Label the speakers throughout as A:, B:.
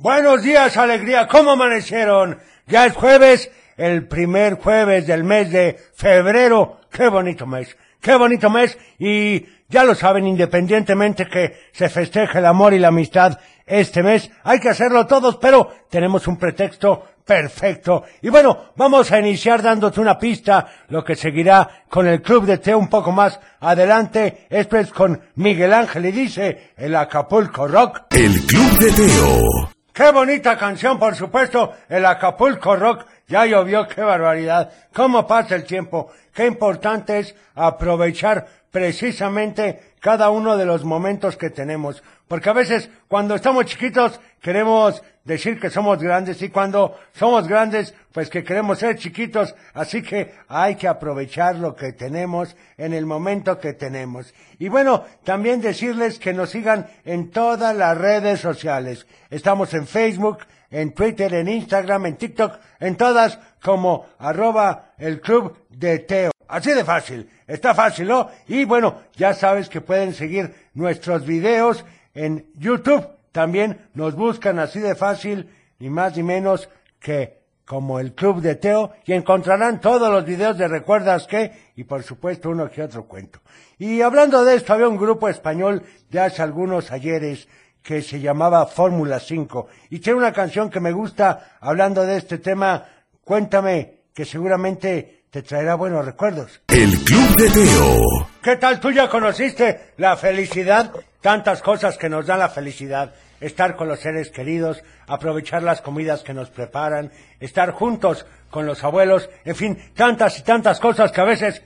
A: Buenos días, alegría. ¿Cómo amanecieron? Ya es jueves, el primer jueves del mes de febrero. Qué bonito mes. Qué bonito mes. Y ya lo saben, independientemente que se festeje el amor y la amistad este mes, hay que hacerlo todos, pero tenemos un pretexto perfecto. Y bueno, vamos a iniciar dándote una pista, lo que seguirá con el Club de Té un poco más adelante. Esto es con Miguel Ángel y dice el Acapulco Rock.
B: El Club de Teo.
A: Qué bonita canción, por supuesto, el Acapulco Rock. Ya llovió, qué barbaridad. ¿Cómo pasa el tiempo? Qué importante es aprovechar precisamente cada uno de los momentos que tenemos. Porque a veces cuando estamos chiquitos queremos decir que somos grandes y cuando somos grandes pues que queremos ser chiquitos. Así que hay que aprovechar lo que tenemos en el momento que tenemos. Y bueno, también decirles que nos sigan en todas las redes sociales. Estamos en Facebook, en Twitter, en Instagram, en TikTok, en todas como arroba el club de Teo. Así de fácil, está fácil, ¿no? Y bueno, ya sabes que pueden seguir nuestros videos en YouTube. También nos buscan así de fácil, ni más ni menos que como el Club de Teo, y encontrarán todos los videos de Recuerdas que, y por supuesto uno que otro cuento. Y hablando de esto, había un grupo español de hace algunos ayeres que se llamaba Fórmula 5. Y tiene una canción que me gusta hablando de este tema, Cuéntame, que seguramente te traerá buenos recuerdos.
B: El Club de Teo.
A: ¿Qué tal tú ya conociste la felicidad? Tantas cosas que nos dan la felicidad. Estar con los seres queridos, aprovechar las comidas que nos preparan, estar juntos con los abuelos, en fin, tantas y tantas cosas que a veces,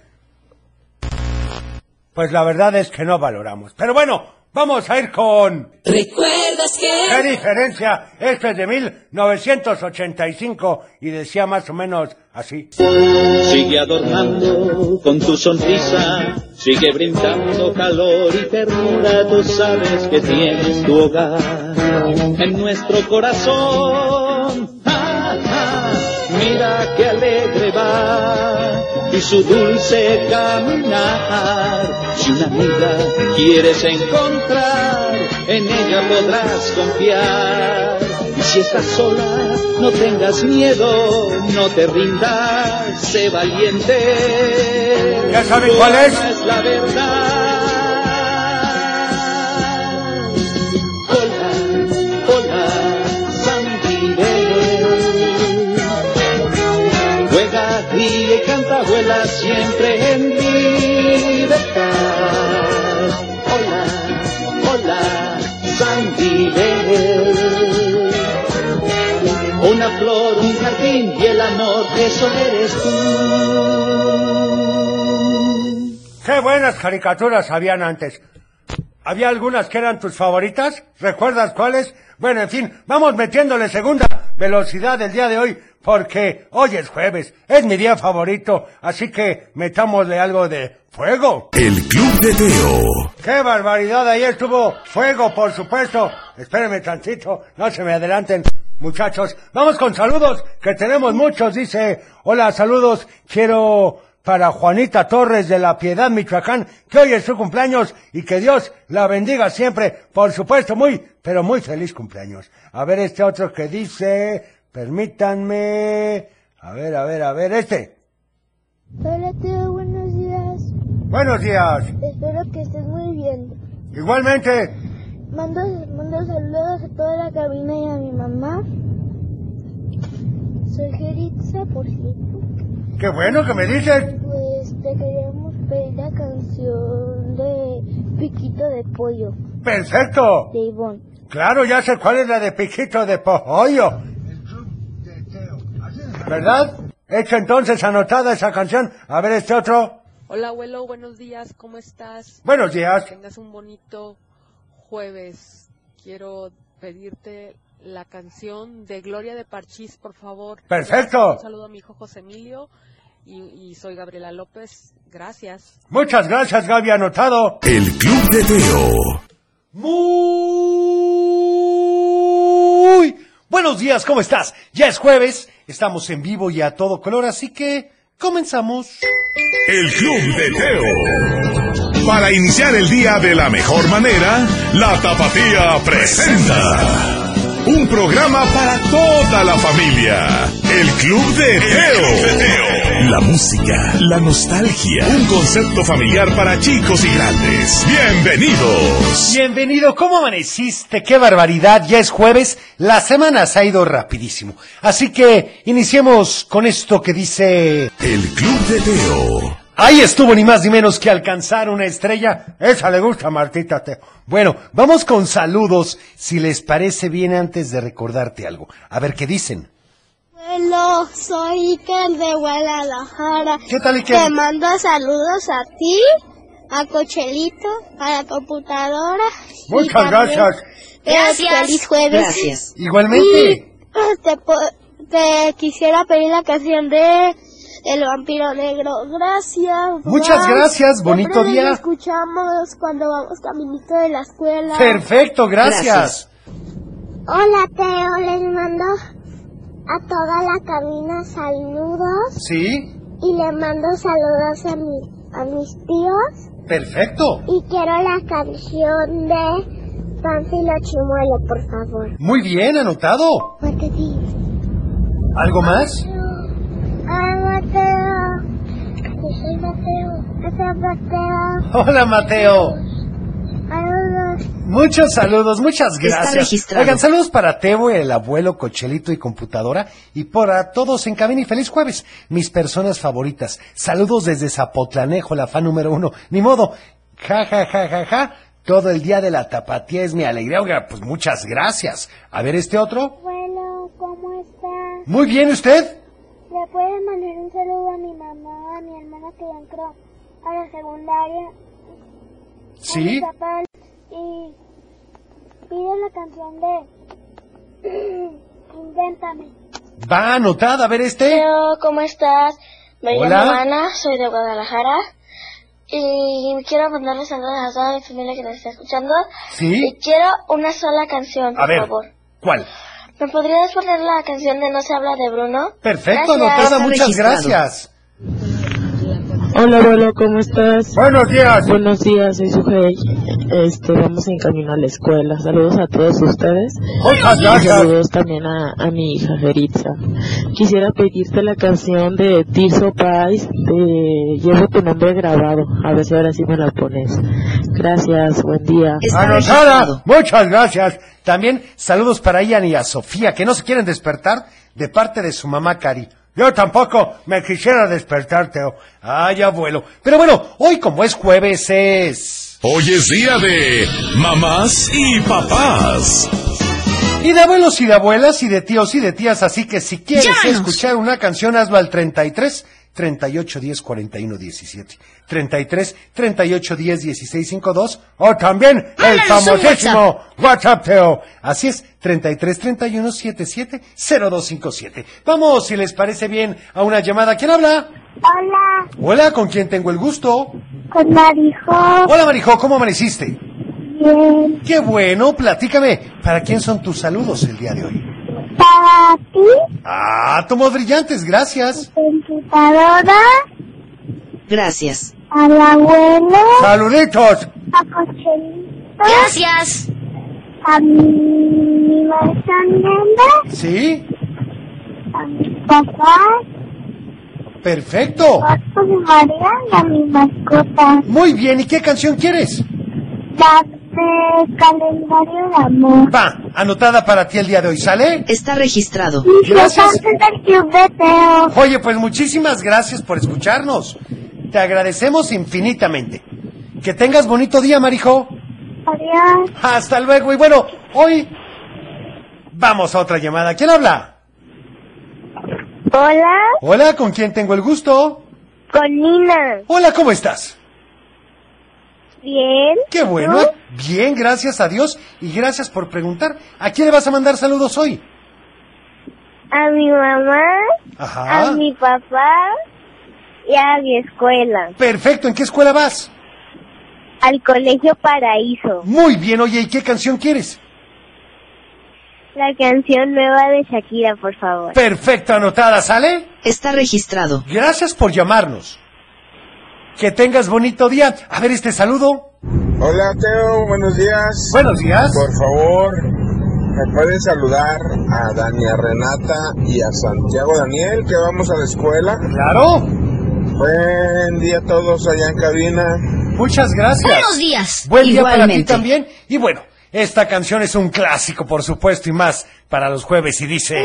A: pues la verdad es que no valoramos. Pero bueno, vamos a ir con...
C: ¿Recuerdas
A: ¿Qué
C: que?
A: diferencia? Esto es de 1985 y decía más o menos así.
D: Sigue adornando con tu sonrisa, sigue brindando calor y ternura, tú sabes que tienes tu hogar en nuestro corazón. Ah, ah, mira qué alegre va y su dulce caminar. Si una amiga quieres encontrar, en ella podrás confiar. Y si estás sola, no tengas miedo, no te rindas, sé valiente.
A: ¿Ya saben cuál es?
D: Esa la verdad. Hola, hola, San Miguel. Juega, ríe, canta, vuela siempre en libertad. Hola, hola, San Miguel. Una flor, un jardín y el amor, eso eres tú.
A: Qué buenas caricaturas habían antes. Había algunas que eran tus favoritas, ¿recuerdas cuáles? Bueno, en fin, vamos metiéndole segunda velocidad el día de hoy porque hoy es jueves, es mi día favorito, así que metámosle algo de fuego.
B: El Club de Teo.
A: ¡Qué barbaridad! Ahí estuvo fuego, por supuesto. Espérenme tantito, no se me adelanten. Muchachos, vamos con saludos, que tenemos muchos. Dice, hola, saludos, quiero para Juanita Torres de La Piedad, Michoacán, que hoy es su cumpleaños y que Dios la bendiga siempre. Por supuesto, muy, pero muy feliz cumpleaños. A ver este otro que dice, permítanme, a ver, a ver, a ver, este.
E: Hola Teo, buenos días.
A: Buenos días.
E: Espero que estés muy bien.
A: Igualmente,
E: Mando, mando saludos a toda la cabina y a mi mamá. Soy Geritza, por cierto.
A: qué bueno que me dices.
E: Pues te queríamos pedir la canción de Piquito de Pollo,
A: Perfecto.
E: de Ivonne.
A: Claro, ya sé cuál es la de Piquito de Pollo. ¿Verdad? Hecho entonces anotada esa canción. A ver este otro.
F: Hola abuelo, buenos días, ¿cómo estás?
A: Buenos días.
F: Que tengas un bonito jueves. Quiero pedirte la canción de Gloria de Parchís, por favor.
A: Perfecto.
F: Un saludo a mi hijo José Emilio y, y soy Gabriela López. Gracias.
A: Muchas gracias, Gaby, anotado.
B: El Club de Teo.
G: Muy buenos días, ¿cómo estás? Ya es jueves, estamos en vivo y a todo color, así que comenzamos.
B: El Club de Teo. Para iniciar el día de la mejor manera, la Tapatía presenta Un programa para toda la familia. El Club de Teo. La música, la nostalgia, un concepto familiar para chicos y grandes. Bienvenidos.
A: Bienvenido, ¿cómo amaneciste? ¡Qué barbaridad! Ya es jueves, la semana se ha ido rapidísimo. Así que iniciemos con esto que dice...
B: El Club de Teo.
A: Ahí estuvo ni más ni menos que alcanzar una estrella.
H: Esa le gusta a Martita Teo.
A: Bueno, vamos con saludos, si les parece bien antes de recordarte algo. A ver qué dicen.
I: Hola, soy Iker de Guadalajara.
A: ¿Qué tal, Iker?
I: Te mando saludos a ti, a Cochelito, a la computadora.
H: Muchas gracias.
I: Gracias. Feliz jueves.
C: Gracias.
A: Igualmente.
I: Y te, Este, po- te quisiera pedir la canción de el vampiro negro. Gracias.
A: Muchas
I: bye.
A: gracias, bonito
I: Siempre
A: día.
I: Nos escuchamos cuando vamos caminito de la escuela.
A: Perfecto, gracias.
E: Hola Teo, les mando a toda la cabina saludos
A: Sí,
E: y le mando saludos a, mi, a mis tíos
A: perfecto.
E: y quiero la canción de Panfilo Chimuelo, por favor.
A: Muy bien, anotado.
E: What the dish?
A: ¿Algo más?
E: Ah, Mateo. Yo soy Mateo. Mateo, Mateo.
A: Hola, Mateo.
E: Saludos.
A: Muchos saludos, muchas
C: Está
A: gracias.
C: registrado.
A: Oigan, saludos para Tebo, el abuelo, Cochelito y computadora, y para todos en cabina y feliz jueves, mis personas favoritas. Saludos desde Zapotlanejo, la fan número uno. Ni modo, ja, ja, ja, ja, ja, todo el día de la tapatía es mi alegría. Oiga, pues muchas gracias. A ver este otro.
E: Abuelo, ¿cómo estás?
A: Muy bien, ¿usted?
E: ¿Le puedes mandar un saludo a mi mamá, a mi hermana que ya entró a la secundaria? a mi
A: Sí.
E: papá? Y pide la canción de Invéntame.
A: Va anotada, a ver este.
E: Teo, ¿cómo estás? Me
A: Hola.
E: llamo Ana, soy de Guadalajara. Y quiero mandarle saludos a toda mi familia que nos está escuchando.
A: Sí.
E: Y quiero una sola canción, por
A: A ver,
E: favor.
A: ¿cuál?
E: ¿Me podrías poner la canción de No se habla de Bruno?
A: Perfecto,
E: Gracias.
A: anotada,
C: Está
A: muchas
C: registrado.
A: gracias.
J: Hola abuelo, ¿cómo estás?
H: Buenos días.
J: Buenos días, soy Sujei. Este, vamos en camino a la escuela. Saludos a todos ustedes.
H: Muchas
J: Y
H: gracias.
J: saludos también a, a mi hija Geritza. Quisiera pedirte la canción de Tizo Pais de Llevo tu nombre grabado. A ver si ahora sí me la pones. Gracias, buen día.
C: Está
H: Anotada.
C: registrado.
H: Muchas gracias.
A: También saludos para Ian y a Sofía, que no se quieren despertar de parte de su mamá Cari.
H: Yo tampoco me quisiera despertar, Teo.
A: oh, Ay, abuelo. Pero bueno, hoy como es jueves es...
B: Hoy es día de mamás y papás.
A: Y de abuelos y de abuelas y de tíos y de tías, así que si quieres
C: Llámanos.
A: escuchar una canción, hazlo al 33 38 10 41 17. 33 38 10 16 52
H: O también el
C: Mándanos un
H: famosísimo WhatsApp, Teo.
A: Así es, 33 31 77 0257. Vamos, si les parece bien, a una llamada. ¿Quién habla?
E: Hola,
A: Hola, ¿con quién tengo el gusto?
E: con Marijo.
A: Hola, Marijo, ¿cómo amaneciste?
E: Bien.
A: Qué bueno, platícame. ¿Para quién son tus saludos el día de hoy?
E: Para ti,
A: Ah, tomos brillantes, gracias.
E: computadora,
C: Gracias.
E: al abuelo,
H: Saluditos.
E: a Cochelito,
C: Gracias.
E: a mi, mi maestra Nanda,
A: ¿Sí?
E: a mi papá,
A: Perfecto.
E: a tu María y a mi mascota.
A: Muy bien, ¿y qué canción quieres?
E: Dame calendario de amor.
A: Va, anotada para ti el día de hoy, ¿sale?
C: Está registrado.
E: Y
A: Gracias.
E: los antes del club de Teo.
A: Oye, pues muchísimas gracias por escucharnos. Te agradecemos infinitamente. Que tengas bonito día, Marijo.
E: Adiós.
A: Hasta luego. Y bueno, hoy vamos a otra llamada. ¿Quién habla?
E: Hola,
A: Hola, ¿con quién tengo el gusto?
E: con Nina.
A: Hola, ¿cómo estás?
E: Bien.
A: Qué bueno.
E: ¿Tú?
A: Bien, gracias a Dios y gracias por preguntar. ¿A quién le vas a mandar saludos hoy?
E: A mi mamá,
A: Ajá.
E: a mi papá y a mi escuela.
A: Perfecto, ¿en qué escuela vas?
E: Al Colegio Paraíso.
A: Muy bien, oye, ¿y qué canción quieres?
E: La canción nueva de Shakira, por favor.
A: Perfecto, anotada, ¿sale?
C: Está registrado.
A: Gracias por llamarnos. Que tengas bonito día. A ver este saludo.
K: Hola Teo, buenos días.
A: Buenos días.
K: Por favor, me pueden saludar a Dania Renata y a Santiago Daniel, que vamos a la escuela.
A: Claro.
K: Buen día a todos allá en cabina.
A: Muchas gracias.
C: Buenos días.
A: Buen día para ti
C: Igualmente.
A: también. Y bueno, esta canción es un clásico, por supuesto, y más para los jueves. Y dice...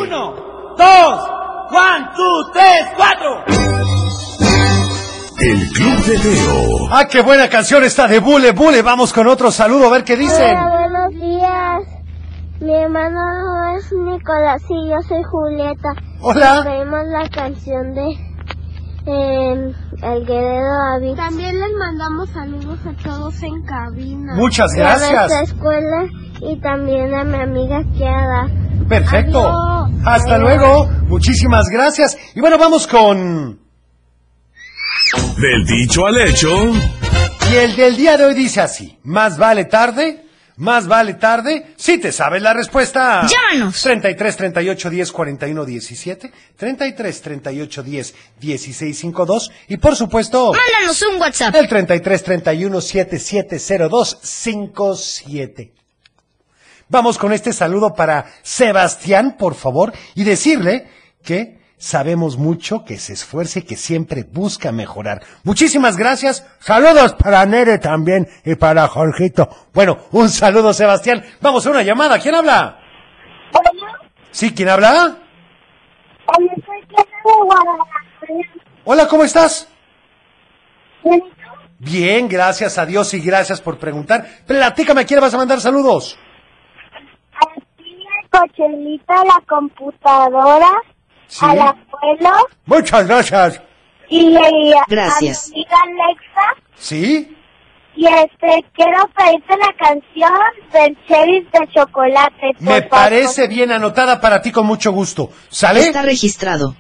B: El Club de Teo.
A: ¡Ah, qué buena canción esta de Bule Bule! Vamos con otro saludo a ver qué dicen.
E: Hola, buenos días. Mi hermano es Nicolás y yo soy Julieta.
A: Hola.
E: Pedimos la canción de eh, El Guerrero David. También les mandamos saludos a todos en cabina.
A: Muchas
E: Y A nuestra
A: gracias.
E: escuela y también a mi amiga Kiara.
A: Perfecto.
C: Ah,
E: Adiós.
A: Hasta
E: Adiós.
A: luego. Muchísimas gracias. Y bueno, vamos con...
B: Del dicho al hecho.
A: Y el del día de hoy dice así. Más vale tarde, más vale tarde. Si te sabes la respuesta...
C: Llámanos.
A: 33 38 10 41 17, 33 38 10 16 52 y por supuesto
C: Mándanos un WhatsApp.
A: el 33 31 7702 57. Vamos con este saludo para Sebastián, por favor, y decirle que sabemos mucho, que se esfuerce y que siempre busca mejorar. Muchísimas gracias. Saludos para Nere también y para Jorgito. Bueno, un saludo, Sebastián. Vamos a una llamada. ¿Quién habla? Sí, ¿quién habla?
E: Hola, soy Kiara de Guadalajara.
A: Hola, ¿cómo estás?
E: Bien,
A: Bien, gracias a Dios y gracias por preguntar. Platícame, ¿a quién le vas a mandar saludos?
E: Aquí la cochelita, la computadora,
A: Sí.
E: al abuelo
A: Muchas gracias.
E: y a,
C: Gracias.
E: a mi amiga Alexa.
A: ¿Sí?
E: Y este, quiero pedirte la canción del Cherries de Chocolate. por
A: Me
E: favor.
A: parece bien anotada para ti con mucho gusto. ¿Sale?
C: Está registrado.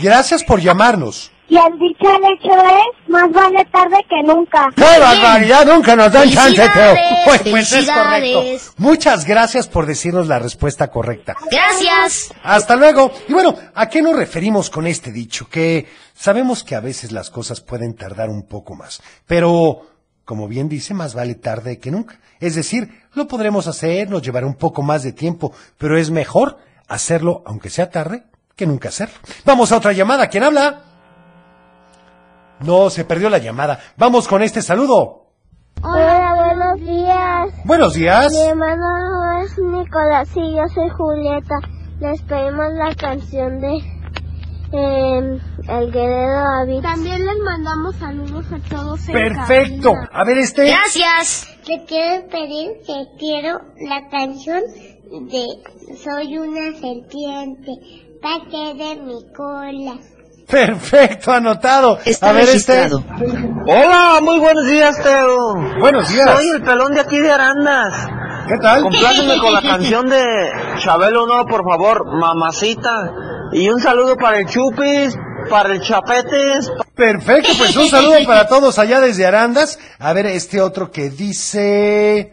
A: Gracias por llamarnos.
E: Y el dicho al hecho es, más vale tarde que nunca.
A: ¡Qué barbaridad! Nunca nos dan chance, Teo.
C: Felicidades,
A: Pues, pues es correcto.
C: felicidades.
A: Muchas gracias por decirnos la respuesta correcta.
C: Gracias.
A: Hasta luego. Y bueno, ¿a qué nos referimos con este dicho? Que sabemos que a veces las cosas pueden tardar un poco más, pero como bien dice, más vale tarde que nunca. Es decir, lo podremos hacer, nos llevará un poco más de tiempo, pero es mejor hacerlo, aunque sea tarde, que nunca hacerlo. Vamos a otra llamada. ¿Quién habla? No, se perdió la llamada. Vamos con este saludo.
E: Hola, buenos días.
A: Buenos días.
E: Mi hermano es Nicolás y yo soy Julieta. Les pedimos la canción de eh, El Guerrero David. También les mandamos saludos a todos.
A: Perfecto. A ver este.
C: Gracias.
E: Te quiero pedir que quiero la canción de Soy una serpiente, que de mi cola.
A: Perfecto, anotado.
C: Está
A: a ver
C: registrado.
A: este.
L: Hola, muy buenos días, Teo.
A: Buenos días.
L: Soy el pelón de aquí de Arandas.
A: ¿Qué tal?
L: Compláceme con la canción de Chabelo No, por favor, mamacita. Y un saludo para el Chupis, para el Chapetes.
A: Perfecto, pues un saludo para todos allá desde Arandas. A ver este otro que dice...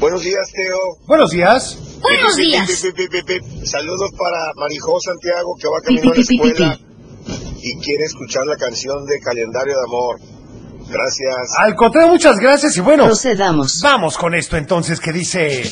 K: Buenos días, Teo.
A: Buenos días.
C: Buenos días.
K: Pi, pi, pi, pi, pi. Saludos para Marijó Santiago, que va camino a la escuela y quiere escuchar la canción de Calendario de Amor. Gracias.
A: Al contrario, muchas gracias y bueno,
C: Procedamos.
A: vamos con esto entonces que dice...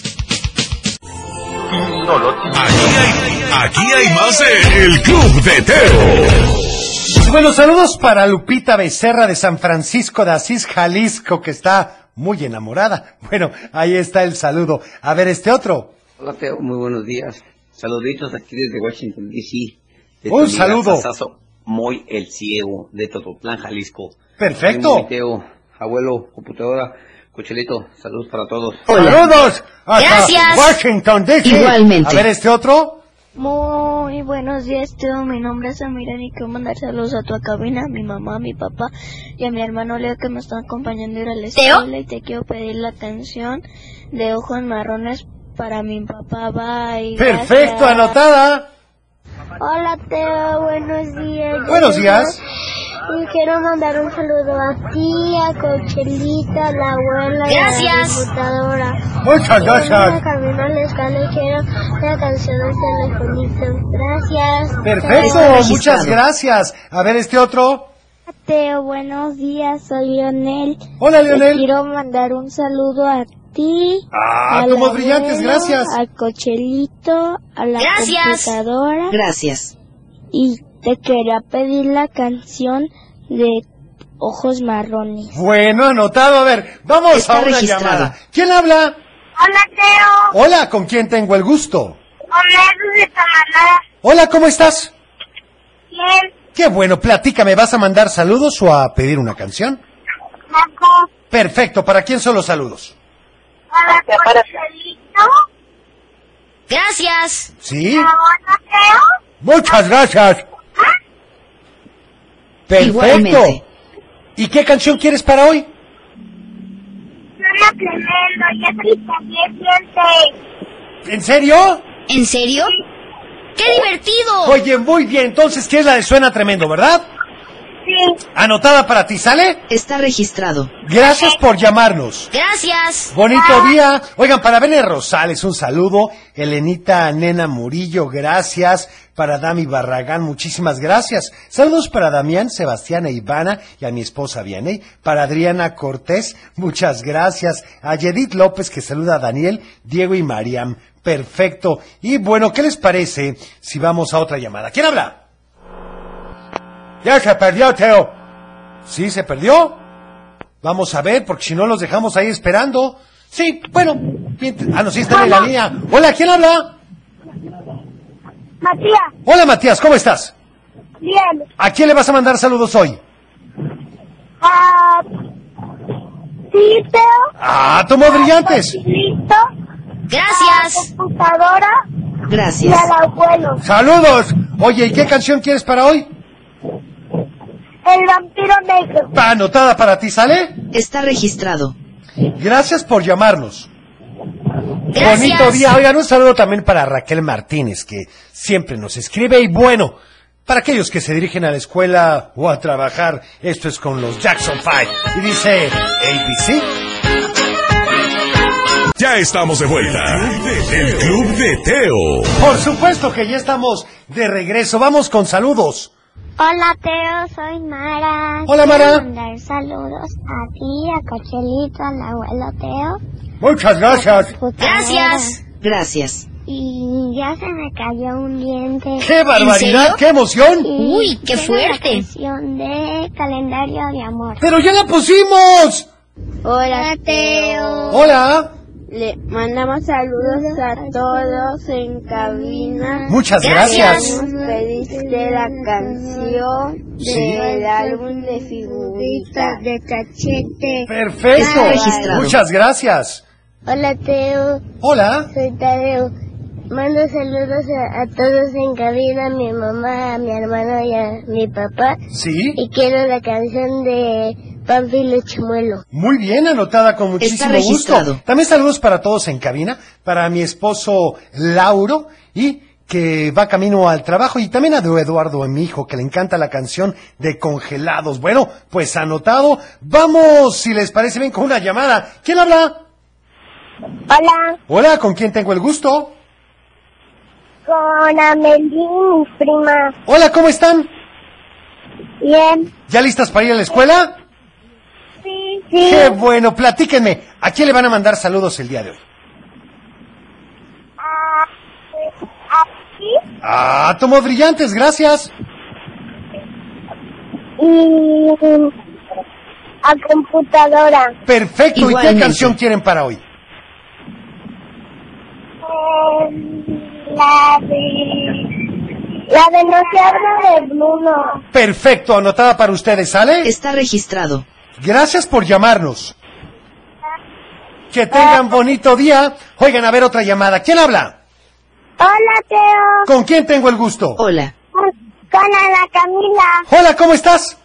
B: Aquí hay, aquí hay más de El Club de Teo.
A: Bueno, saludos para Lupita Becerra de San Francisco de Asís, Jalisco, que está muy enamorada. Bueno, ahí está el saludo. A ver este otro.
L: Hola, Teo, muy buenos días. Saluditos aquí desde Washington, D.C.
A: De tu Un amiga saludo.
L: Muy el ciego de Tototlán, Jalisco.
A: Perfecto.
L: Teo, abuelo, computadora, cochelito, saludos para todos.
A: Saludos. hasta
C: Gracias.
A: Washington, D.C.
C: Igualmente.
A: A ver este otro.
E: Muy buenos días, Teo. Mi nombre es Amira y quiero mandar saludos a tu cabina, a mi mamá, a mi papá y a mi hermano Leo que me está acompañando a ir a la
C: ¿Teo?
E: escuela. Y te quiero pedir la canción de Ojos Marrones para mi papá. Bye.
A: Perfecto,
E: gracias.
A: anotada.
E: Hola, Teo. Buenos días. Yo
A: Buenos
E: soy
A: días.
E: Y quiero mandar un saludo a ti, a Cochelita, a la abuela y a la
C: Gracias.
E: computadora.
A: Muchas
E: Yo
A: gracias.
E: camino a la escuela y quiero la canción de Telefonito. Gracias.
A: Perfecto, muchas gracias. A ver este otro.
E: Teo, buenos días, soy Lionel.
A: Hola,
E: Te
A: Leonel.
E: quiero mandar un saludo a
I: ti.
A: Ah,
I: a
A: como
I: la
A: brillantes,
I: abuela,
A: gracias.
I: Al cochelito, a la
C: Gracias.
I: computadora.
C: Gracias.
I: Y te quería pedir la canción de Ojos Marrones.
A: Bueno, anotado. A ver, vamos
I: Está
A: a una
I: registrado.
A: llamada. ¿Quién habla?
M: Hola, Teo.
A: Hola, ¿con quién tengo el gusto?
M: Homero de Tamanada.
A: Hola, ¿cómo estás?
M: Bien,
A: Qué bueno, platícame, ¿vas a mandar saludos o a pedir una canción?
M: Marco.
A: Perfecto, ¿para quién son los saludos?
M: Hola, Cochelito.
C: Gracias.
A: ¿Sí?
M: Hola, Teo.
A: Muchas gracias. Perfecto.
M: Igualmente.
A: ¿Y qué canción quieres para hoy?
M: Suena tremendo. Ya también siente.
A: ¿En serio?
C: ¿En serio? ¡Qué divertido!
A: Oye, muy bien, entonces, ¿qué es la de Suena Tremendo, verdad?
M: Sí.
A: Anotada para ti, ¿sale?
C: Está registrado.
A: Gracias por llamarnos.
C: Gracias.
A: Bonito día. Oigan, para Bene Rosales, un saludo. Elenita Nena Murillo, gracias. Para Dami Barragán, muchísimas gracias. Saludos para Damián, Sebastián e Ivana y a mi esposa Vianey. Para Adriana Cortés, muchas gracias. A Yedith López, que saluda a Daniel, Diego y Mariam. Perfecto. Y bueno, ¿qué les parece si vamos a otra llamada? ¿Quién habla? Ya se perdió, Teo. ¿Sí se perdió? Vamos a ver, porque si no los dejamos ahí esperando. Sí, bueno. bien, Ah, no, sí están en la línea. Hola, ¿quién habla?
M: Matías,
A: Hola, Matías, ¿cómo estás?
M: bien.
A: ¿A quién le vas a mandar saludos hoy?
M: Ah, sí, Teo.
A: Ah, tomó brillantes.
M: Listo.
C: Gracias.
M: A la Ah, computadora y
C: Gracias.
M: al abuelo.
A: Saludos. Oye, ¿y qué canción quieres para hoy?
M: El vampiro negro.
A: Pa- Anotada para ti, ¿sale?
C: Está registrado.
A: Gracias por llamarnos.
C: Gracias.
A: Bonito día. Oigan, un saludo también para Raquel Martínez, que siempre nos escribe. Y bueno, para aquellos que se dirigen a la escuela o a trabajar, esto es con los Jackson Five. Y dice ABC.
B: Ya estamos de vuelta. El Club de Teo.
A: Por supuesto que ya estamos de regreso. Vamos con saludos.
E: Hola Teo, soy Mara.
A: Hola,
E: Quiero
A: Mara.
E: mandar saludos a ti, a Cochelito, al abuelo Teo.
A: Muchas gracias.
C: Gracias. Gracias.
E: Y ya se me cayó un diente.
A: ¡Qué barbaridad!
C: serio?
A: ¡Qué emoción!
E: Y
C: Uy, qué
E: tengo
C: fuerte.
E: La canción de calendario de amor.
A: ¡Pero ya la pusimos!
E: Hola Teo.
A: Hola.
E: Le mandamos saludos a todos en cabina.
A: Muchas gracias.
E: pediste la canción
A: Sí. del
E: álbum de figuritas de cachete.
A: Perfecto.
C: Está registrado.
A: Muchas gracias.
E: Hola Teo,
A: Hola.
E: soy Tadeo. Mando saludos a, a todos en cabina, a mi mamá, a mi hermano y a mi papá.
A: Sí.
E: Y quiero la canción de Panfilo Chimuelo.
A: Muy bien, anotada con muchísimo
C: Está registrado.
A: gusto. También saludos para todos en cabina, para mi esposo Lauro y que va camino al trabajo y también a Eduardo, mi hijo, que le encanta la canción de Congelados. Bueno, pues anotado. Vamos, si les parece bien, con una llamada. ¿Quién habla?
E: Hola,
A: Hola, ¿con quién tengo el gusto?
E: con Amelie, mi prima.
A: Hola, ¿cómo están?
E: Bien.
A: ¿Ya listas para ir a la escuela?
E: Sí,
A: Qué bueno, platíquenme. ¿A quién le van a mandar saludos el día de hoy?
E: Aquí
A: Ah, tomó brillantes, gracias.
E: y a computadora.
A: Perfecto. ¿Y qué
C: Igualmente.
A: canción quieren para hoy?
E: La de... La de No se habla de Bruno.
A: Perfecto, anotada para ustedes, ¿sale?
C: Está registrado.
A: Gracias por llamarnos. Que tengan bonito día. Oigan, a ver otra llamada. ¿Quién habla?
E: Hola, Teo.
A: ¿Con quién tengo el gusto?
C: Hola.
E: Con Ana Camila.
A: Hola, ¿cómo estás?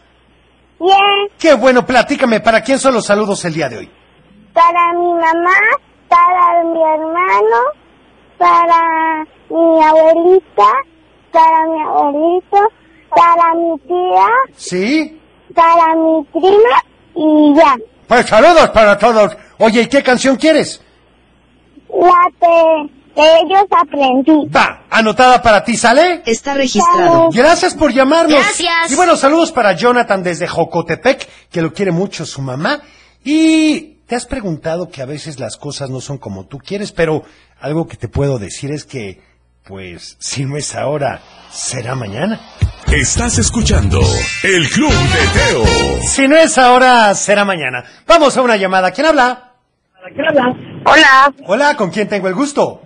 E: Bien.
A: Qué bueno, platícame, ¿para quién son los saludos el día de hoy?
E: Para mi mamá, para mi hermano, para mi abuelita, para mi abuelito, para mi tía,
A: ¿Sí?
E: para mi prima y ya.
A: Pues saludos para todos. Oye, ¿y qué canción quieres?
E: La de, de ellos aprendí.
A: Va, anotada para ti, ¿sale?
C: Está registrado.
A: Gracias por llamarnos.
C: Gracias.
A: Y bueno, saludos para Jonathan desde Jocotepec, que lo quiere mucho su mamá. Y ¿Te has preguntado que a veces las cosas no son como tú quieres, pero algo que te puedo decir es que, pues, si no es ahora, será mañana?
B: Estás escuchando El Club de Teo.
A: Si no es ahora, será mañana. Vamos a una llamada. ¿Quién habla?
M: ¿Quién habla? Hola.
A: Hola, ¿con quién tengo el gusto?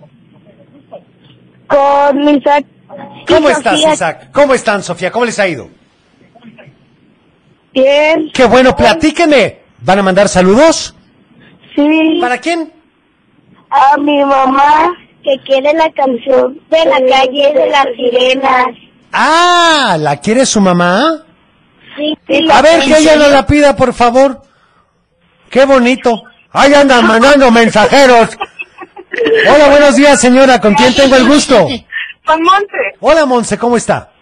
M: Con Isaac.
A: ¿Cómo estás, Isaac? ¿Cómo están, Sofía? ¿Cómo les ha ido?
M: Bien.
A: Qué bueno, platíquenme. ¿Van a mandar saludos?
M: Sí.
A: ¿Para quién?
M: A mi mamá que quiere la canción de la calle de las sirenas.
A: Ah, ¿la quiere su mamá?
M: Sí,
A: A ver, que ella no la pida, por favor. Qué bonito. Ahí andan mandando mensajeros. Hola, buenos días, señora. ¿Con quién tengo el gusto?
N: Juan Monte.
A: Hola, Monse, ¿cómo está?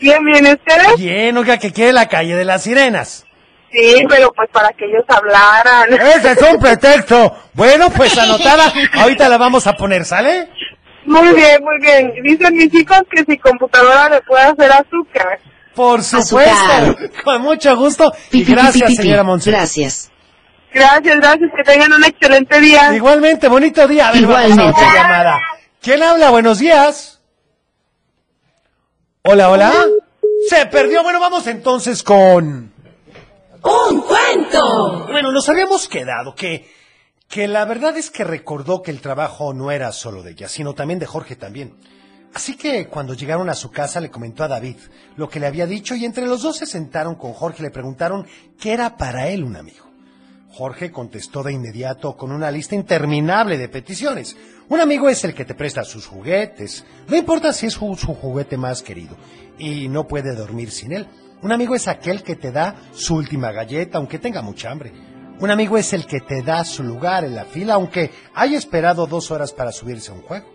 N: Bien, bien, ¿ustedes?
A: Bien, oiga, que quiere la calle de las sirenas.
N: Sí, pero pues para que ellos hablaran.
A: Ese es un pretexto. Bueno, pues anotada. Ahorita la vamos a poner, ¿sale?
N: Muy bien, muy bien. Dicen mis hijos que si computadora le puede hacer azúcar.
A: Por supuesto. Con mucho gusto. Y gracias, señora Monse.
C: Gracias.
N: Gracias, gracias. Que tengan un excelente día.
A: Igualmente, bonito día. A ver, vamos a
N: Igualmente.
A: otra llamada. ¿Quién habla? Buenos días. Hola, hola. Se perdió. Bueno, vamos entonces con...
O: ¡Un cuento!
A: Bueno, nos habíamos quedado que... Que la verdad es que recordó que el trabajo no era solo de ella, sino también de Jorge también. Así que cuando llegaron a su casa le comentó a David lo que le había dicho y entre los dos se sentaron con Jorge y le preguntaron qué era para él un amigo. Jorge contestó de inmediato con una lista interminable de peticiones. Un amigo es el que te presta sus juguetes, no importa si es ju- su juguete más querido, y no puede dormir sin él. Un amigo es aquel que te da su última galleta, aunque tenga mucha hambre. Un amigo es el que te da su lugar en la fila, aunque haya esperado dos horas para subirse a un juego.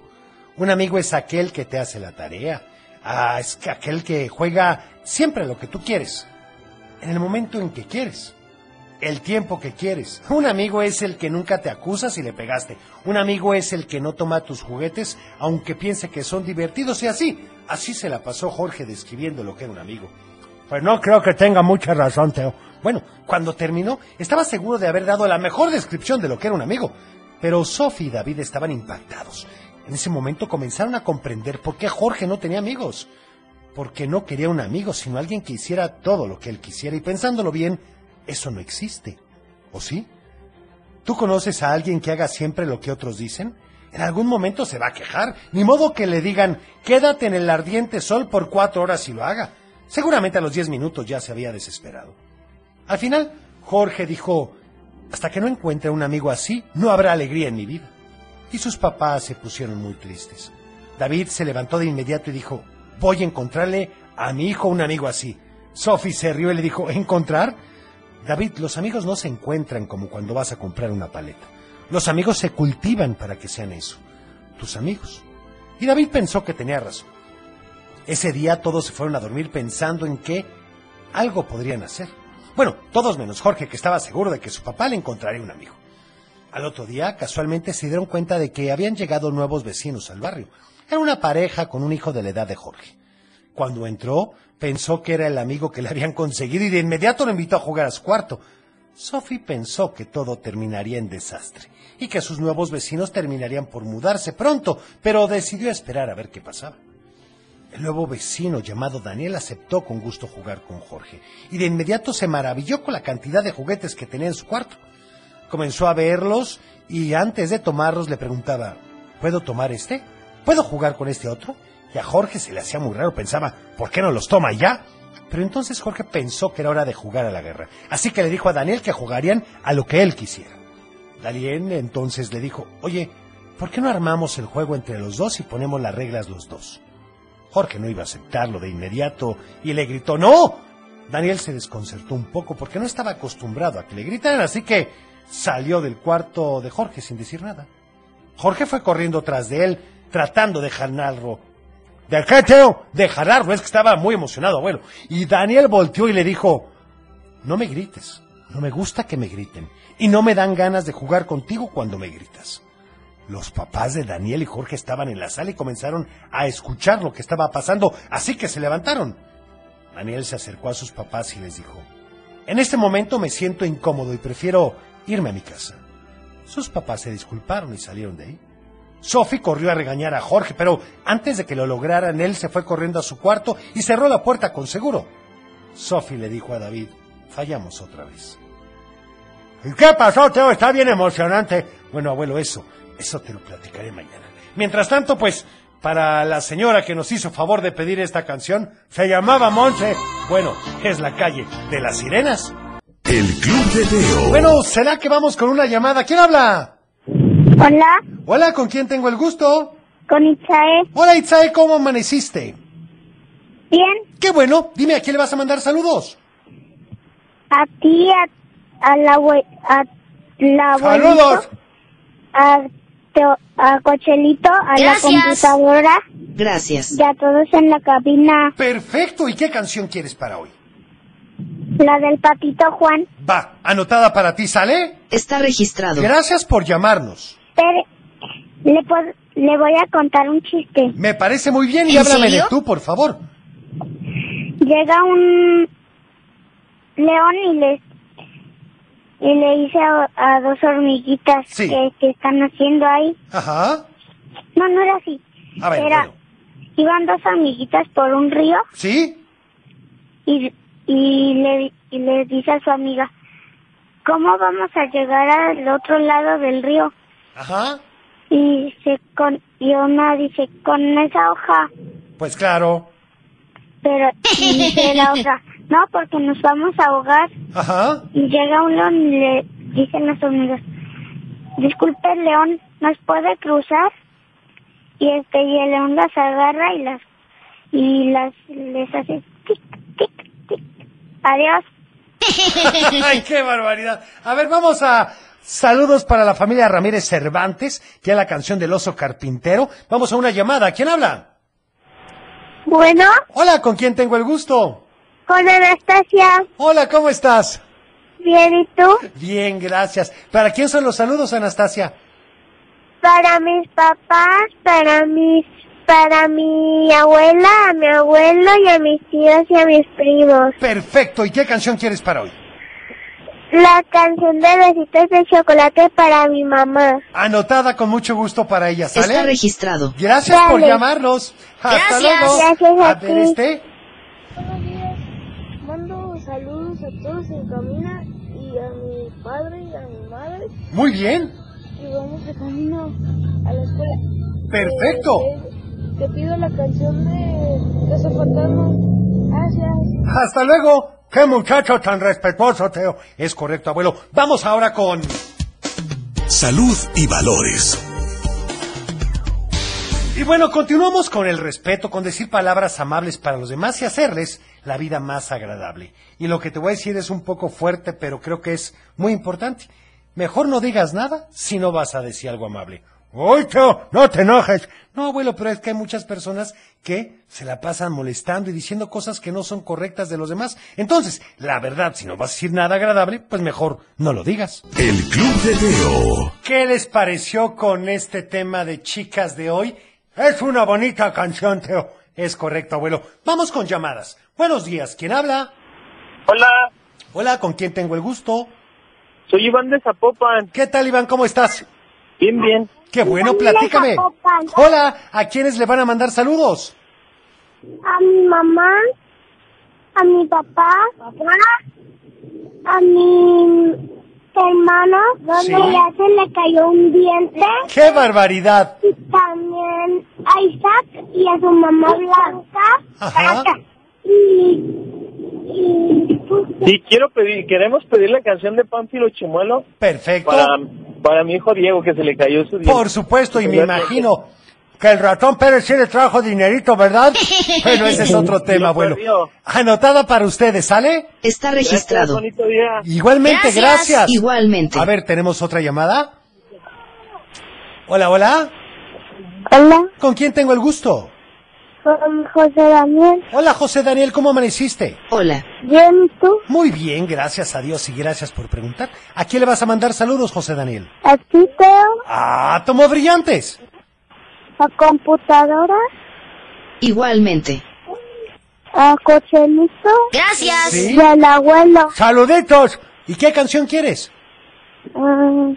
A: Un amigo es aquel que te hace la tarea. Ah, es que aquel que juega siempre a lo que tú quieres, en el momento en que quieres el tiempo que quieres. Un amigo es el que nunca te acusa si le pegaste. Un amigo es el que no toma tus juguetes aunque piense que son divertidos y así. Así se la pasó Jorge describiendo lo que era un amigo. Pues no creo que tenga mucha razón, Teo. Bueno, cuando terminó, estaba seguro de haber dado la mejor descripción de lo que era un amigo. Pero Sophie y David estaban impactados. En ese momento comenzaron a comprender por qué Jorge no tenía amigos. Porque no quería un amigo, sino alguien que hiciera todo lo que él quisiera. Y pensándolo bien, eso no existe. ¿O sí? ¿Tú conoces a alguien que haga siempre lo que otros dicen? En algún momento se va a quejar, ni modo que le digan, quédate en el ardiente sol por cuatro horas y lo haga. Seguramente a los diez minutos ya se había desesperado. Al final, Jorge dijo, hasta que no encuentre un amigo así, no habrá alegría en mi vida. Y sus papás se pusieron muy tristes. David se levantó de inmediato y dijo, voy a encontrarle a mi hijo un amigo así. Sophie se rió y le dijo, ¿encontrar? David, los amigos no se encuentran como cuando vas a comprar una paleta. Los amigos se cultivan para que sean eso, tus amigos. Y David pensó que tenía razón. Ese día todos se fueron a dormir pensando en que algo podrían hacer. Bueno, todos menos Jorge, que estaba seguro de que su papá le encontraría un amigo. Al otro día, casualmente, se dieron cuenta de que habían llegado nuevos vecinos al barrio. Era una pareja con un hijo de la edad de Jorge. Cuando entró, pensó que era el amigo que le habían conseguido y de inmediato lo invitó a jugar a su cuarto. Sophie pensó que todo terminaría en desastre y que sus nuevos vecinos terminarían por mudarse pronto, pero decidió esperar a ver qué pasaba. El nuevo vecino llamado Daniel aceptó con gusto jugar con Jorge y de inmediato se maravilló con la cantidad de juguetes que tenía en su cuarto. Comenzó a verlos y antes de tomarlos le preguntaba, ¿puedo tomar este? ¿Puedo jugar con este otro? Y a Jorge se le hacía muy raro, pensaba, ¿por qué no los toma ya? Pero entonces Jorge pensó que era hora de jugar a la guerra, así que le dijo a Daniel que jugarían a lo que él quisiera. Daniel entonces le dijo, oye, ¿por qué no armamos el juego entre los dos y ponemos las reglas los dos? Jorge no iba a aceptarlo de inmediato y le gritó, ¡No! Daniel se desconcertó un poco porque no estaba acostumbrado a que le gritaran, así que salió del cuarto de Jorge sin decir nada. Jorge fue corriendo tras de él, tratando de jalarlo. ¿De qué, Teo? De jalarlo, es que estaba muy emocionado, abuelo. Y Daniel volteó y le dijo, no me grites, no me gusta que me griten, y no me dan ganas de jugar contigo cuando me gritas. Los papás de Daniel y Jorge estaban en la sala y comenzaron a escuchar lo que estaba pasando, así que se levantaron. Daniel se acercó a sus papás y les dijo, en este momento me siento incómodo y prefiero irme a mi casa. Sus papás se disculparon y salieron de ahí. Sophie corrió a regañar a Jorge, pero antes de que lo lograran, él se fue corriendo a su cuarto y cerró la puerta con seguro. Sophie le dijo a David, fallamos otra vez.
H: ¿Y qué pasó, Teo? Está bien emocionante.
A: Bueno, abuelo, eso, eso te lo platicaré mañana. Mientras tanto, pues, para la señora que nos hizo favor de pedir esta canción, se llamaba Monse. Bueno, es la calle de las sirenas.
B: El Club de Teo.
A: Bueno, ¿será que vamos con una llamada? ¿Quién habla?
M: Hola,
A: Hola, ¿con quién tengo el gusto?
M: con Itzae.
A: Hola, Itzae, ¿cómo amaneciste?
M: Bien,
A: Qué bueno, dime, ¿a quién le vas a mandar saludos?
M: a ti, a, a la abue- a la abuelito,
A: ¡Saludos!
M: a, Teo- a Cochelito, a la
C: Gracias.
M: computadora
C: Gracias.
M: y a todos en la cabina.
A: Perfecto, ¿y qué canción quieres para hoy?
M: La del patito Juan.
A: Va, anotada para ti, ¿sale?
C: Está registrado.
A: Gracias por llamarnos.
M: Pero le, pod- le voy a contar un chiste.
A: Me parece muy bien y
M: ¿En
A: háblame
M: serio?
A: de tú, por favor.
M: Llega un león y le y le dice a, a dos hormiguitas
A: Sí.
M: que, que están haciendo ahí.
A: Ajá.
M: No, no era así.
A: A ver,
M: era
A: bueno.
M: iban dos amiguitas por un río
A: ¿Sí?
M: y, y le y le dice a su amiga, ¿cómo vamos a llegar al otro lado del río?
A: Ajá.
M: Y se con y una dice con esa hoja,
A: Pues claro.
M: pero y dice la otra, no porque nos vamos a ahogar.
A: Ajá.
M: Y llega un león y le dicen los hormigas, disculpe león, ¿nos puede cruzar? Y este y el león las agarra y las y las les hace tic tic tic. Adiós.
A: ¡Ay, qué barbaridad! A ver, vamos a saludos para la familia Ramírez Cervantes, que es la canción del oso carpintero. Vamos a una llamada. ¿Quién habla?
M: Bueno,
A: Hola, ¿con quién tengo el gusto?
M: con Anastasia,
A: Hola, ¿cómo estás?
M: bien y tú
A: Bien, gracias. ¿Para quién son los saludos, Anastasia?
M: para mis papás, para mis para mi abuela, a mi abuelo y a mis tíos y a mis primos.
A: Perfecto. ¿Y qué canción quieres para hoy?
M: La canción de besitos de chocolate para mi mamá.
A: Anotada con mucho gusto para ella, ¿sale?
C: Está registrado.
A: Gracias por
M: Dale.
A: llamarnos. Hasta
C: Gracias.
A: luego.
M: Gracias a
A: ver,
M: ti.
A: este.
E: Mando saludos a todos en camina y a mi padre y a mi madre
A: Muy bien.
E: y vamos de camino a la escuela.
A: Perfecto.
E: Eh, Te, te pido la canción de Cazafantasma. Gracias.
A: Hasta luego. Qué muchacho tan respetuoso, Teo. Es correcto, abuelo. Vamos ahora con...
B: Salud y valores.
A: Y bueno, continuamos con el respeto, con decir palabras amables para los demás y hacerles la vida más agradable. Y lo que te voy a decir es un poco fuerte, pero creo que es muy importante. Mejor no digas nada si no vas a decir algo amable. ¡Uy, Teo! ¡No te enojes! No, abuelo, pero es que hay muchas personas que se la pasan molestando y diciendo cosas que no son correctas de los demás. Entonces, la verdad, si no vas a decir nada agradable, pues mejor no lo digas.
B: El Club de Teo.
A: ¿Qué les pareció con este tema de chicas de hoy?
H: Es una bonita canción, Teo.
A: Es correcto, abuelo. Vamos con llamadas. Buenos días, ¿quién habla?
P: Hola,
A: Hola, ¿con quién tengo el gusto?
P: soy Iván de Zapopan.
A: ¿Qué tal, Iván? ¿Cómo estás?
P: Bien, bien.
A: Qué bueno,
M: Iván de
A: platícame.
M: Zapopan.
A: Hola, ¿a quiénes le van a mandar saludos?
M: A mi mamá, a mi papá, a mi hermano,
A: Sí.
M: donde ya se le cayó un diente,
A: ¡Qué barbaridad!
M: y también a Isaac y a su mamá Blanca,
A: Ajá.
M: y, y pues,
P: Sí, quiero pedir, queremos pedir la canción de Pánfilo Chimuelo
A: Perfecto.
P: para, para mi hijo Diego que se le cayó su diente.
A: Por supuesto, y me imagino que el ratón Pérez sí le trajo dinerito, ¿verdad? Bueno, ese es otro tema,
P: Lo
A: abuelo.
P: perdió.
A: Anotada para ustedes, ¿sale?
C: Está
P: Gracias,
C: registrado.
P: bonito día.
A: Igualmente, gracias.
C: Igualmente.
A: A ver, ¿tenemos otra llamada? Hola, hola.
M: hola,
A: ¿Con quién tengo el gusto?
M: con José Daniel,
A: Hola, José Daniel, ¿cómo amaneciste?
C: Hola.
M: bien, ¿y tú?
A: Muy bien, gracias a Dios y gracias por preguntar. ¿A quién le vas a mandar saludos, José Daniel?
M: A ti, Teo,
A: ¡Ah, tomo brillantes!
M: a computadora,
C: Igualmente.
M: a Cochelito,
C: Gracias.
A: Sí.
M: y al abuelo.
A: ¡Saluditos! ¿Y qué canción quieres?
M: Ah,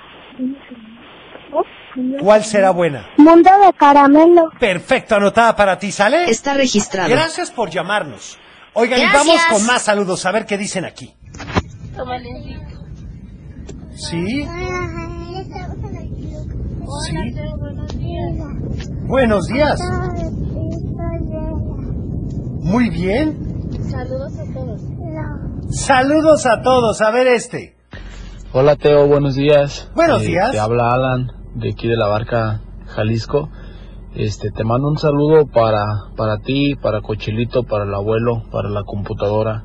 A: ¿Cuál será buena?
E: Mundo de caramelo.
A: Perfecto, anotada para ti, ¿sale?
C: Está registrado.
A: Gracias por llamarnos. Oigan, y
C: Gracias.
A: vamos con más saludos, a ver qué dicen aquí. ¿Sí? Buenos días. Muy bien.
E: Saludos a todos.
A: Saludos a todos, a ver este.
Q: Hola Teo, buenos días. Eh,
A: Buenos días.
Q: Te habla Alan de aquí de la barca Jalisco. Este, te mando un saludo para, para ti, para Cochilito, para el abuelo, para la computadora.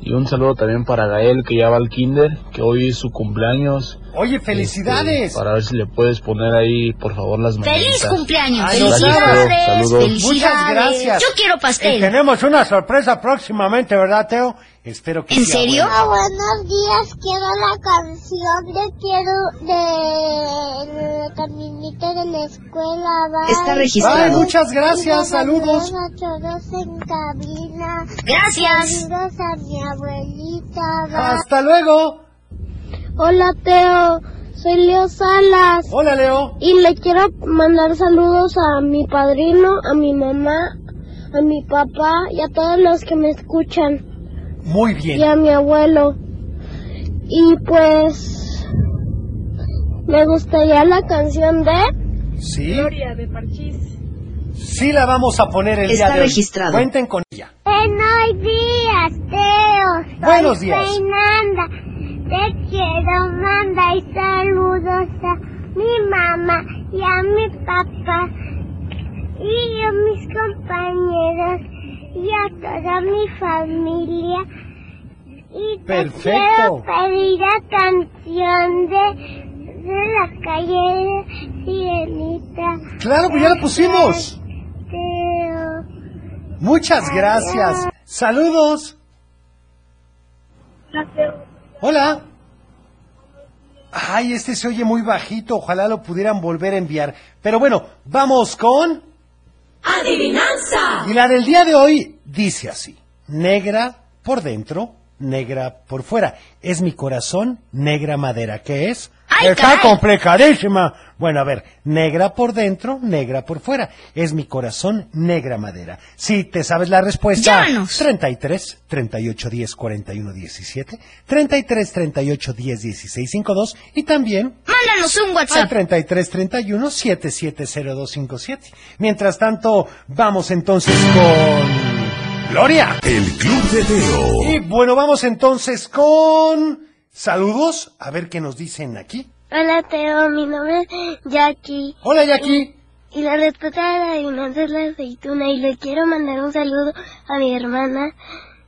Q: Y un saludo también para Gael que ya va al kinder, que hoy es su cumpleaños. Este,
A: Oye, felicidades.
Q: Para ver si le puedes poner ahí, por favor, las mañanitas.
C: ¡Feliz cumpleaños!
Q: Ay, gracias, Teo.
C: ¡Felicidades!
Q: Saludos.
C: ¡Felicidades!
A: Muchas gracias.
C: Yo quiero
A: Y
C: pastel.
A: tenemos una sorpresa próximamente, ¿verdad, Teo? Espero que
C: ¿En
A: sea
C: serio?
A: buena.
E: buenos días, quiero la canción de quiero de la caminita de la escuela. bye.
C: Está registrado. Ay,
A: muchas gracias,
E: Y saludos
A: saludos.
E: a todos en cabina.
C: Gracias.
E: Saludos a mi abuelita. bye.
A: Hasta luego.
E: Hola Teo, soy Leo Salas.
A: Hola Leo.
E: Y le quiero mandar saludos a mi padrino, a mi mamá, a mi papá y a todos los que me escuchan
A: Muy
E: y
A: bien.
E: a mi abuelo. Y pues me gustaría la canción de
A: Sí.
E: de Parchís.
A: Sí la vamos a poner el
E: Está
A: día de hoy.
E: registrado.
A: Cuenten con ella.
E: Buenos días, Teo. Soy
A: Buenos días.
E: Fernanda. Te quiero mandar saludos a mi mamá y a mi papá y a mis compañeros y a toda mi familia. Y te
A: Perfecto.
E: quiero pedir la canción de, de la calle de Sirenita.
A: Claro, pues ya la pusimos.
E: Teo.
A: Muchas gracias. Saludos. Hola. Ay, este se oye muy bajito. Ojalá lo pudieran volver a enviar. Pero bueno, vamos con...
O: Adivinanza.
A: Y la del día de hoy dice así. Negra por dentro, negra por fuera. Es mi corazón, negra madera. ¿Qué es?
C: ¡Ay,
A: Está
C: caray!
A: complicadísima. Bueno, a ver, negra por dentro, negra por fuera. Es mi corazón, negra madera. Si te sabes la respuesta,
C: Llámanos.
A: 33 38 10 41 17, 33 38 10 16 52 y también
C: Mándanos un
A: al
C: WhatsApp.
A: 33 31 770257. Mientras tanto, vamos entonces con Gloria.
B: El Club de Teo.
A: Y bueno, vamos entonces con saludos, a ver qué nos dicen aquí.
E: Hola Teo, mi nombre es Jackie
A: Hola, Jackie.
E: y la respuesta de la adivinanza es la aceituna y le quiero mandar un saludo a mi hermana,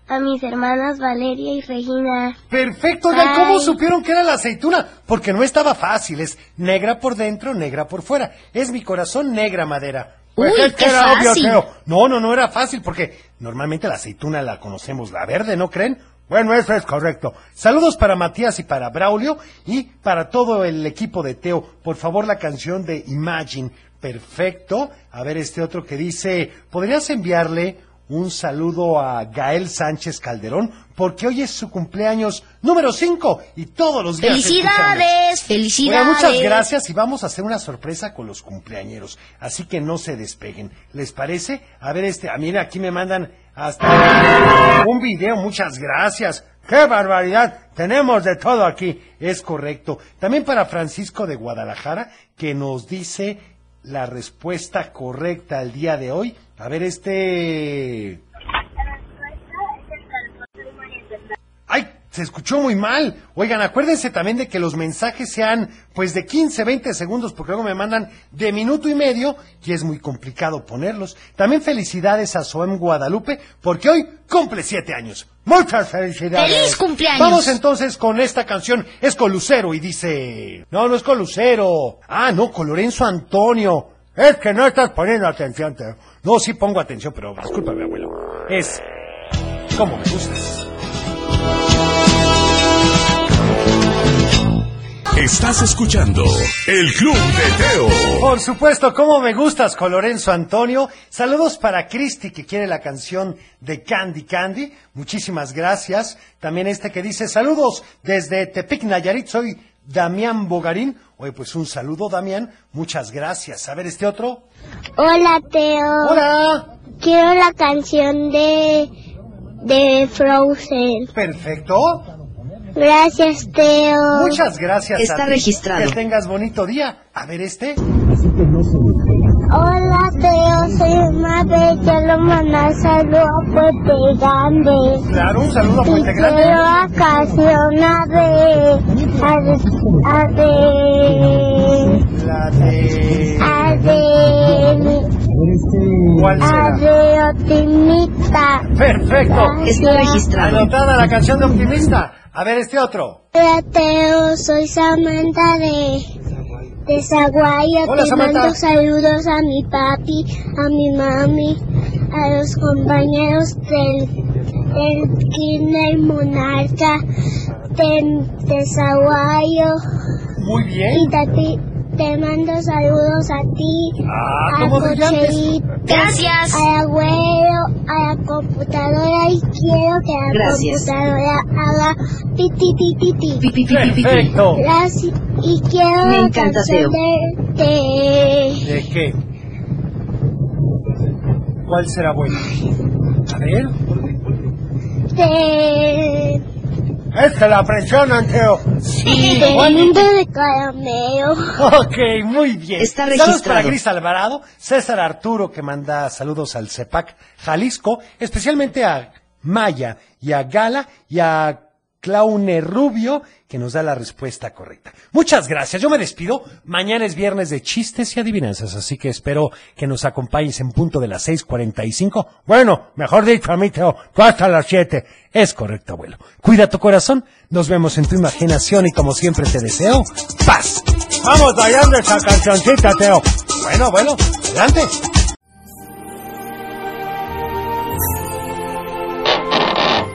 E: a mis hermanas Valeria y Regina.
A: Perfecto, ya ¿cómo
E: Ay.
A: supieron que era la aceituna? Porque no estaba fácil, es negra por dentro, negra por fuera. Es mi corazón negra madera. Pues
C: Uy,
A: es que
C: qué
A: era obvio,
C: fácil.
A: Teo. No, no, no era fácil porque normalmente la aceituna la conocemos la verde, ¿no creen? Bueno, eso es correcto. Saludos para Matías y para Braulio y para todo el equipo de Teo. Por favor, la canción de Imagine. Perfecto. A ver este otro que dice, ¿podrías enviarle un saludo a Gael Sánchez Calderón? Porque hoy es su cumpleaños número 5 y todos los días... escuchando.
C: ¡Felicidades! ¡Felicidades!
A: Oiga, muchas gracias y vamos a hacer una sorpresa con los cumpleañeros, así que no se despeguen. ¿Les parece? A ver este, a mira, aquí me mandan hasta un video, muchas gracias. ¡Qué barbaridad! Tenemos de todo aquí, es correcto. También para Francisco de Guadalajara, que nos dice la respuesta correcta al día de hoy. A ver este... ¡Ay! Se escuchó muy mal. Oigan, acuérdense también de que los mensajes sean pues de 15, 20 segundos, porque luego me mandan de minuto y medio y es muy complicado ponerlos. También felicidades a Soem Guadalupe, porque hoy cumple 7 años. Muchas felicidades.
C: ¡Feliz cumpleaños!
A: Vamos entonces con esta canción. Es con Lucero y dice... No, no es con Lucero. Ah, no, con Lorenzo Antonio. Es que no estás poniendo atención, Teo. No, sí pongo atención, pero discúlpame, abuelo. Es... ¿Cómo me gustas?
B: Estás escuchando El Club de Teo.
A: Por supuesto, ¿cómo me gustas con Lorenzo Antonio? Saludos para Cristi, que quiere la canción de Candy Candy. Muchísimas gracias. También este que dice, saludos desde Tepic, Nayarit. Soy Damián Bogarín. Oye, pues un saludo, Damián. Muchas gracias. A ver, este otro.
E: Hola, Teo.
A: Hola.
E: Quiero la canción de, de Frozen.
A: Perfecto.
E: Gracias, Teo.
A: Muchas gracias. a ti. Que tengas bonito día. A ver, este.
E: Hola, Teo. Soy una bella. Lo mandar saludo a Puente Grande.
A: Claro, un saludo a Puente
E: Y
A: Grande.
E: quiero la canción a de... A de... A de...
A: La de...
E: A de...
A: ¿Cuál
E: A
A: será?
E: de optimista.
A: Perfecto.
E: Está registrado.
A: Anotada la canción de Optimista. A ver, este otro.
E: Hola Teo, soy Samantha de, de Zaguayo.
A: Hola,
E: Te
A: Samantha.
E: mando saludos a mi papi, a mi mami, a los compañeros del, del Kinder Monarca de, de Zaguayo.
A: Muy
E: Y te, pi- te mando saludos a ti,
A: Ah,
E: a
A: ¿cómo brillantes?
E: Cocherito, al abuelo, a la computadora y quiero que la
A: Gracias.
E: computadora haga ti ti ti ti ti.
A: Perfecto.
E: Gracias. Y quiero
A: Me
E: la
A: encanta,
E: canción de, de-
A: ¿De qué? ¿Cuál será buena? A ver.
E: de-
R: Es que la presionan, Teo.
E: de
R: Bueno,
E: mundo de caramelo.
A: Ok, muy bien.
E: Está
A: Saludos para
E: registrado.
A: Gris Alvarado, César Arturo, que manda saludos al CEPAC Jalisco, especialmente a Maya y a Gala y a Claune Rubio, que nos da la respuesta correcta. Muchas gracias, yo me despido. Mañana es viernes de chistes y adivinanzas, así que espero que nos acompañes en punto de las 6.45. Bueno, mejor dicho, a mí, Teo, tú hasta las 7. Es correcto, abuelo. Cuida tu corazón, nos vemos en tu imaginación y como siempre te deseo, paz.
R: Vamos a hallar esa cancioncita, Teo.
A: Bueno, bueno, adelante.